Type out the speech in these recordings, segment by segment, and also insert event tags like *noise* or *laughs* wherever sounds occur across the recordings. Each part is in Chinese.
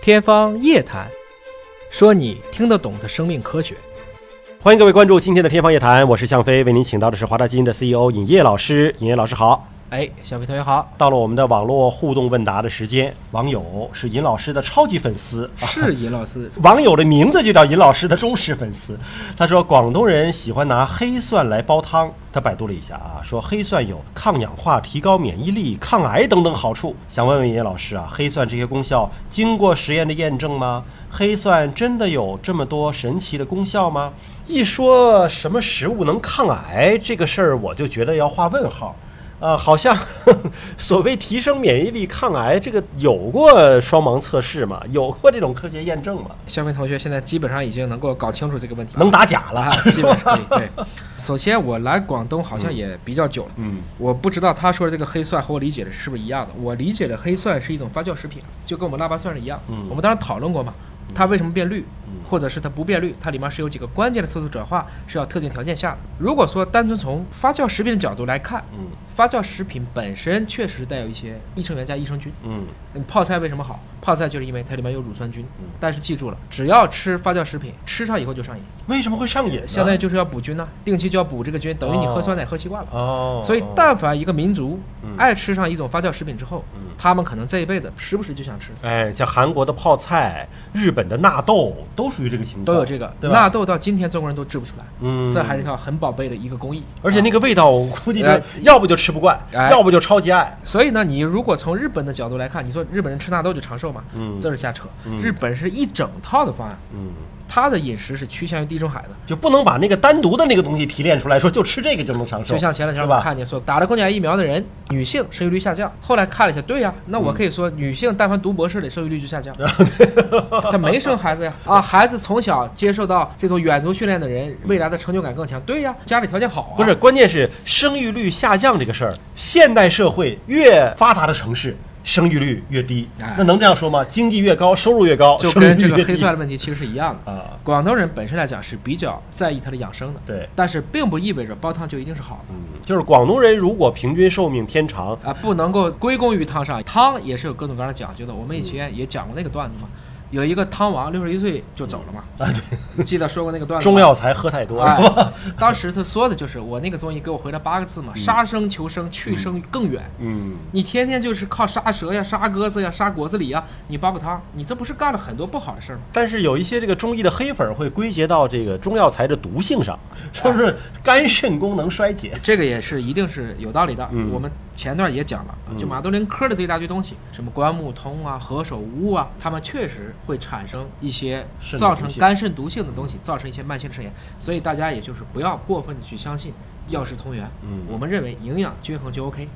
天方夜谭，说你听得懂的生命科学。欢迎各位关注今天的《天方夜谭》，我是向飞，为您请到的是华大基因的 CEO 尹烨老师。尹烨老师好，哎，小飞同学好，到了我们的网络互动问答的时间，网友是尹老师的超级粉丝，是尹老师。网友的名字就叫尹老师的忠实粉丝。他说，广东人喜欢拿黑蒜来煲汤。他百度了一下啊，说黑蒜有抗氧化、提高免疫力、抗癌等等好处。想问问尹烨老师啊，黑蒜这些功效经过实验的验证吗？黑蒜真的有这么多神奇的功效吗？一说什么食物能抗癌这个事儿，我就觉得要画问号。呃，好像 *laughs* 呵呵所谓提升免疫力、抗癌，这个有过双盲测试吗？有过这种科学验证吗？ *laughs* 小飞同学现在基本上已经能够搞清楚这个问题了，能打假了啊？，基本上可以。对，首先我来广东好像也比较久了，嗯，我不知道他说的这个黑蒜和我理解的是不是一样的。我理解的黑蒜是一种发酵食品，就跟我们腊八蒜是一样。嗯我们当时讨论过嘛，它为什么变绿嗯，或者是它不变绿，它里面是有几个关键的色素转化是要特定条件下的。如果说单纯从发酵食品的角度来看，嗯发酵食品本身确实带有一些益生元加益生菌。嗯嗯，泡菜为什么好？泡菜就是因为它里面有乳酸菌嗯。但是记住了，只要吃发酵食品，吃上以后就上瘾，为什么会上瘾呢？相当于就是要补菌呢、定期就要补这个菌，等于你喝酸奶喝习惯了。哦，所以，但凡一个民族嗯爱吃上一种发酵食品之后嗯，他们可能这一辈子时不时就想吃，哎，像韩国的泡菜、日本的纳豆都属于这个情况，都有这个对吧？纳豆，到今天中国人都制不出来，嗯，这还是一。条很宝贝的一个工艺。而且那个味道，我估计哎就要不就吃不惯，哎要不就超级爱。所以呢，你如果从日本的角度来看，你说日本人吃纳豆就长寿嘛？嗯这是瞎扯嗯。日本是一整套的方案，嗯，它的饮食是趋向于地中海的。就不能把那个单独的那个东西提炼出来，说就吃这个就能长寿。就像前两天我对吧看见说，打了过年疫苗的人，女性生育率下 *laughs* 降。后来看了一下，对呀、那嗯我可以说，女性但凡读博士的生育率就 *laughs* 下降，她没生孩子呀。啊，孩子从小接受到这种远足训练的人，未来的成就感更强。对呀、家里条件好啊。不是，，关键是生育率下降这个事儿，现代社会越发达的城市生育率越低哎，那能这样说吗？经济越高，收入越高，就生育跟这率个越黑低蒜的问题其实是一样的。啊，广东人本身来讲是比较在意他的养生的，对，但是并不意味着煲汤就一定是好的。嗯就是广东人如果平均寿命天长，啊，不能够归功于汤上，汤也是有各种各样的讲究的。我们以前也讲过那个段子嘛，有一个汤王六十一岁就走了嘛，啊，对，记得说过那个段子吗。中药啊材喝太多，哎，当时他说的就是我那个中医给我回了八个字嘛：杀生求生，去生更远。 *laughs* 嗯，你天天就是靠杀蛇呀、杀鸽子呀、杀果子狸呀，你煲个汤，你这不是干了很多不好的事儿吗？但是有一些这个中医的黑粉儿会归结到这个中药材的毒性上，哎说是肝肾功能衰竭。这个也是一定是有道理的。嗯我们前段也讲了，就马兜铃科的这一大堆东西，什么关木通啊、何首乌啊，它们确实会产生一些肾造毒成性肝肾毒性的东西，造成一些慢性的肾炎。所以大家也就是不要过分的去相信药食同源。嗯我们认为营养均衡就 OK。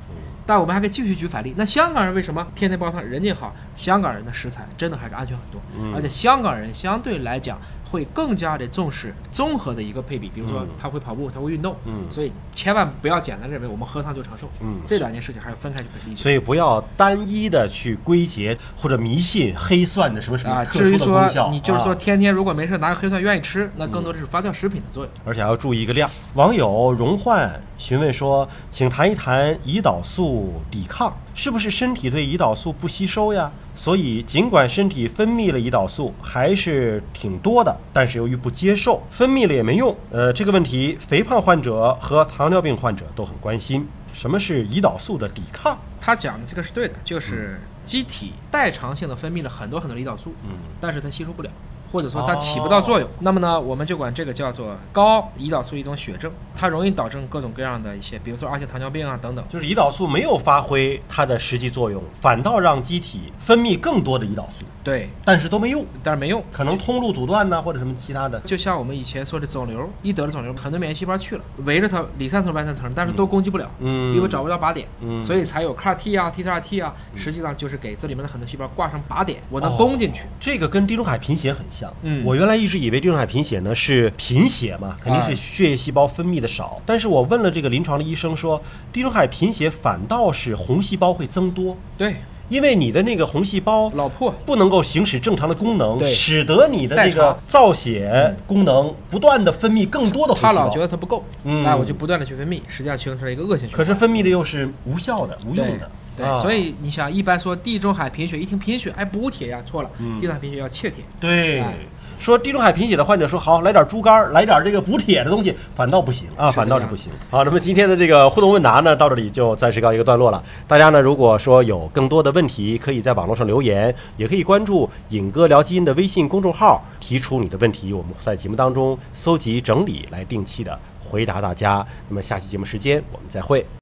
但我们还可以继续举反例，那香港人为什么天天煲汤？人家好，香港人的食材真的还是安全很多，嗯而且香港人相对来讲会更加的重视综合的一个配比，比如说嗯他会跑步，他会运动，嗯所以千万不要简单认为我们喝汤就长寿，嗯这两件事情还是分开去理所解。以不要单一的去归结或者迷信黑蒜的什么什啊，么特至殊于的功说效。你就是啊嗯说天天如果没事拿个黑蒜愿意吃，那更多的是发酵食品的作用。而且还要注意一个量。网友荣焕询问说：“请谈一谈胰岛素抵抗，是不是身体对胰岛素不吸收呀？所以尽管身体分泌了胰岛素还是挺多的，但是由于不接受，分泌了也没用。呃，这个问题，肥胖患者和糖尿病患者都很关心。什么是胰岛素的抵抗？他讲的这个是对的，就是机体代偿性的分泌了很多很多胰岛素，嗯，哦但是它吸收不了，或者说它起不到作用。那么呢，我们就管这个叫做高胰岛素一种血症，它容易导致各种各样的一些，比如说二型糖尿病啊等等。就是胰岛素没有发挥它的实际作用，反倒让机体分泌更多的胰岛素，对，但是都没用，但是没用，可能通路阻断呐、或者什么其他的。”就像我们以前说的肿瘤，一得了肿瘤，很多免疫细胞去了，围着它里三层外三层，但是都攻击不了，嗯因为找不到靶点，嗯所以才有 CAR T 啊、T 2 T 啊，实际上就是给这里面的很多细胞挂上靶点，我哦能攻进去。这个跟地中海贫血很像。嗯啊我原来一直以为地中海贫血呢是贫血嘛，肯定是血液细胞分泌的少。但是我问了这个临床的医生说，地中海贫血反倒是红细胞会增多，对，因为你的那个红细胞老破。不能够行使正常的功能，对使得你的代这个偿造血功能不断的分泌更多的红细他胞。老觉得它不够，嗯哎，我就不断的去分泌，实际上形成了一个恶性循环。可是分泌的又是无效的、无用对的。，对，啊所以你想，一般说地中海贫血，一听贫血，哎，补铁呀，错了，嗯地中海贫血要切铁，对哎。说地中海贫血的患者说好，来点猪肝儿，来点这个补铁的东西，反倒不行啊，是这样反倒是不行。好，那么今天的这个互动问答呢，到这里就暂时告一个段落了。大家呢，如果说有更多的问题，可以在网络上留言，也可以关注“尹哥聊基因”的微信公众号，提出你的问题，我们会在节目当中搜集整理，来定期的回答大家。那么下期节目时间我们再会。